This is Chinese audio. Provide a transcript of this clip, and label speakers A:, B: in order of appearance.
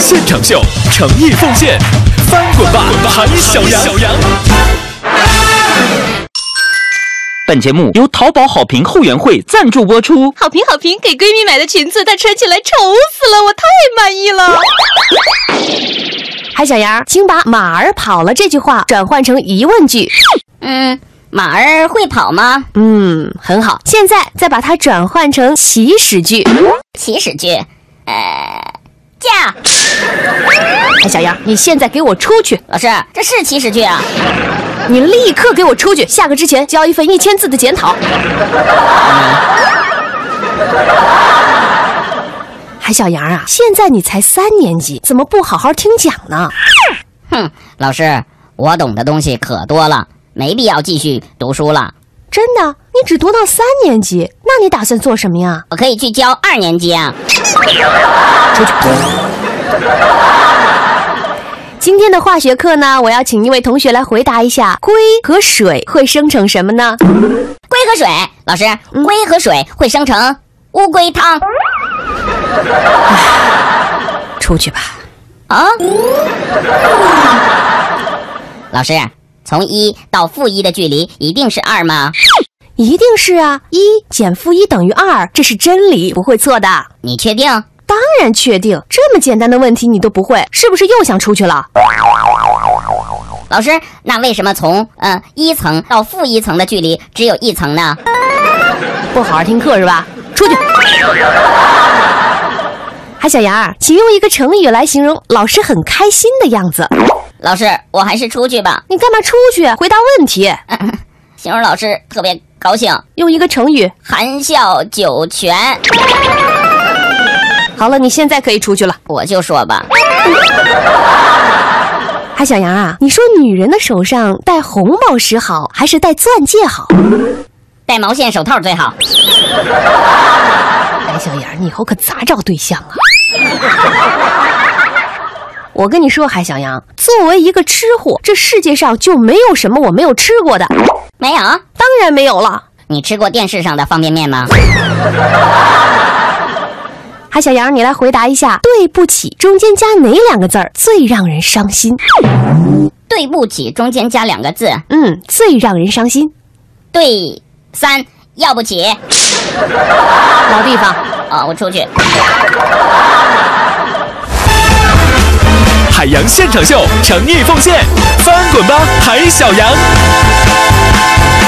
A: 现场秀，诚意奉献，翻滚吧，韩小杨！
B: 本节目由淘宝好评后援会赞助播出。
C: 好评好评，给闺蜜买的裙子，她穿起来丑死了，我太满意了。
D: 韩小杨，请把“马儿跑了”这句话转换成疑问句。
E: 嗯，马儿会跑吗？
D: 嗯，很好。现在再把它转换成祈使句。
E: 起始句，呃，驾。
D: 韩哎小杨，你现在给我出去！
E: 老师，这是起始句啊？
D: 你立刻给我出去！下课之前交一份一千字的检讨。韩小杨啊，现在你才三年级，怎么不好好听讲呢？
E: 哼，老师，我懂的东西可多了，没必要继续读书了。
D: 真的，你只读到三年级，那你打算做什么呀？
E: 我可以去教二年级啊。
D: 今天的化学课呢，我要请一位同学来回答一下，硅和水会生成什么呢？
E: 龟和水，老师，龟和水会生成乌龟汤
D: 出去吧。
E: 啊。老师，从一到负一的距离一定是二吗？
D: 一定是啊，一减负一等于二，这是真理，不会错的。
E: 你确定？
D: 当然确定，这么简单的问题你都不会，是不是又想出去了？
E: 老师，那为什么从呃一层到负一层的距离只有一层呢？
D: 不好好听课是吧？出去。 韩小杨，请用一个成语来形容老师很开心的样子。
E: 老师，我还是出去吧。
D: 你干嘛出去？回答问题，
E: 形容老师特别高兴，
D: 用一个成语。
E: 含笑九泉。
D: 好了，你现在可以出去了。
E: 我就说吧，
D: 韩小杨啊，你说女人的手上戴红宝石好，还是戴钻戒好？
E: 戴毛线手套最好。
D: 哎，小杨，你以后可咋找对象啊？ 我跟你说，海小杨，作为一个吃货，这世界上就没有什么我没有吃过的，
E: 没有？
D: 当然没有了。
E: 你吃过电视上的方便面吗？
D: 海小杨，你来回答一下，对不起中间加哪两个字儿最让人伤心？
E: 对不起，中间加两个字，
D: 嗯，最让人伤心。
E: 对三要不起。
D: 老地方，
E: 哦，我出去。
A: 海洋现场秀，诚意奉献，翻滚吧，韩小杨！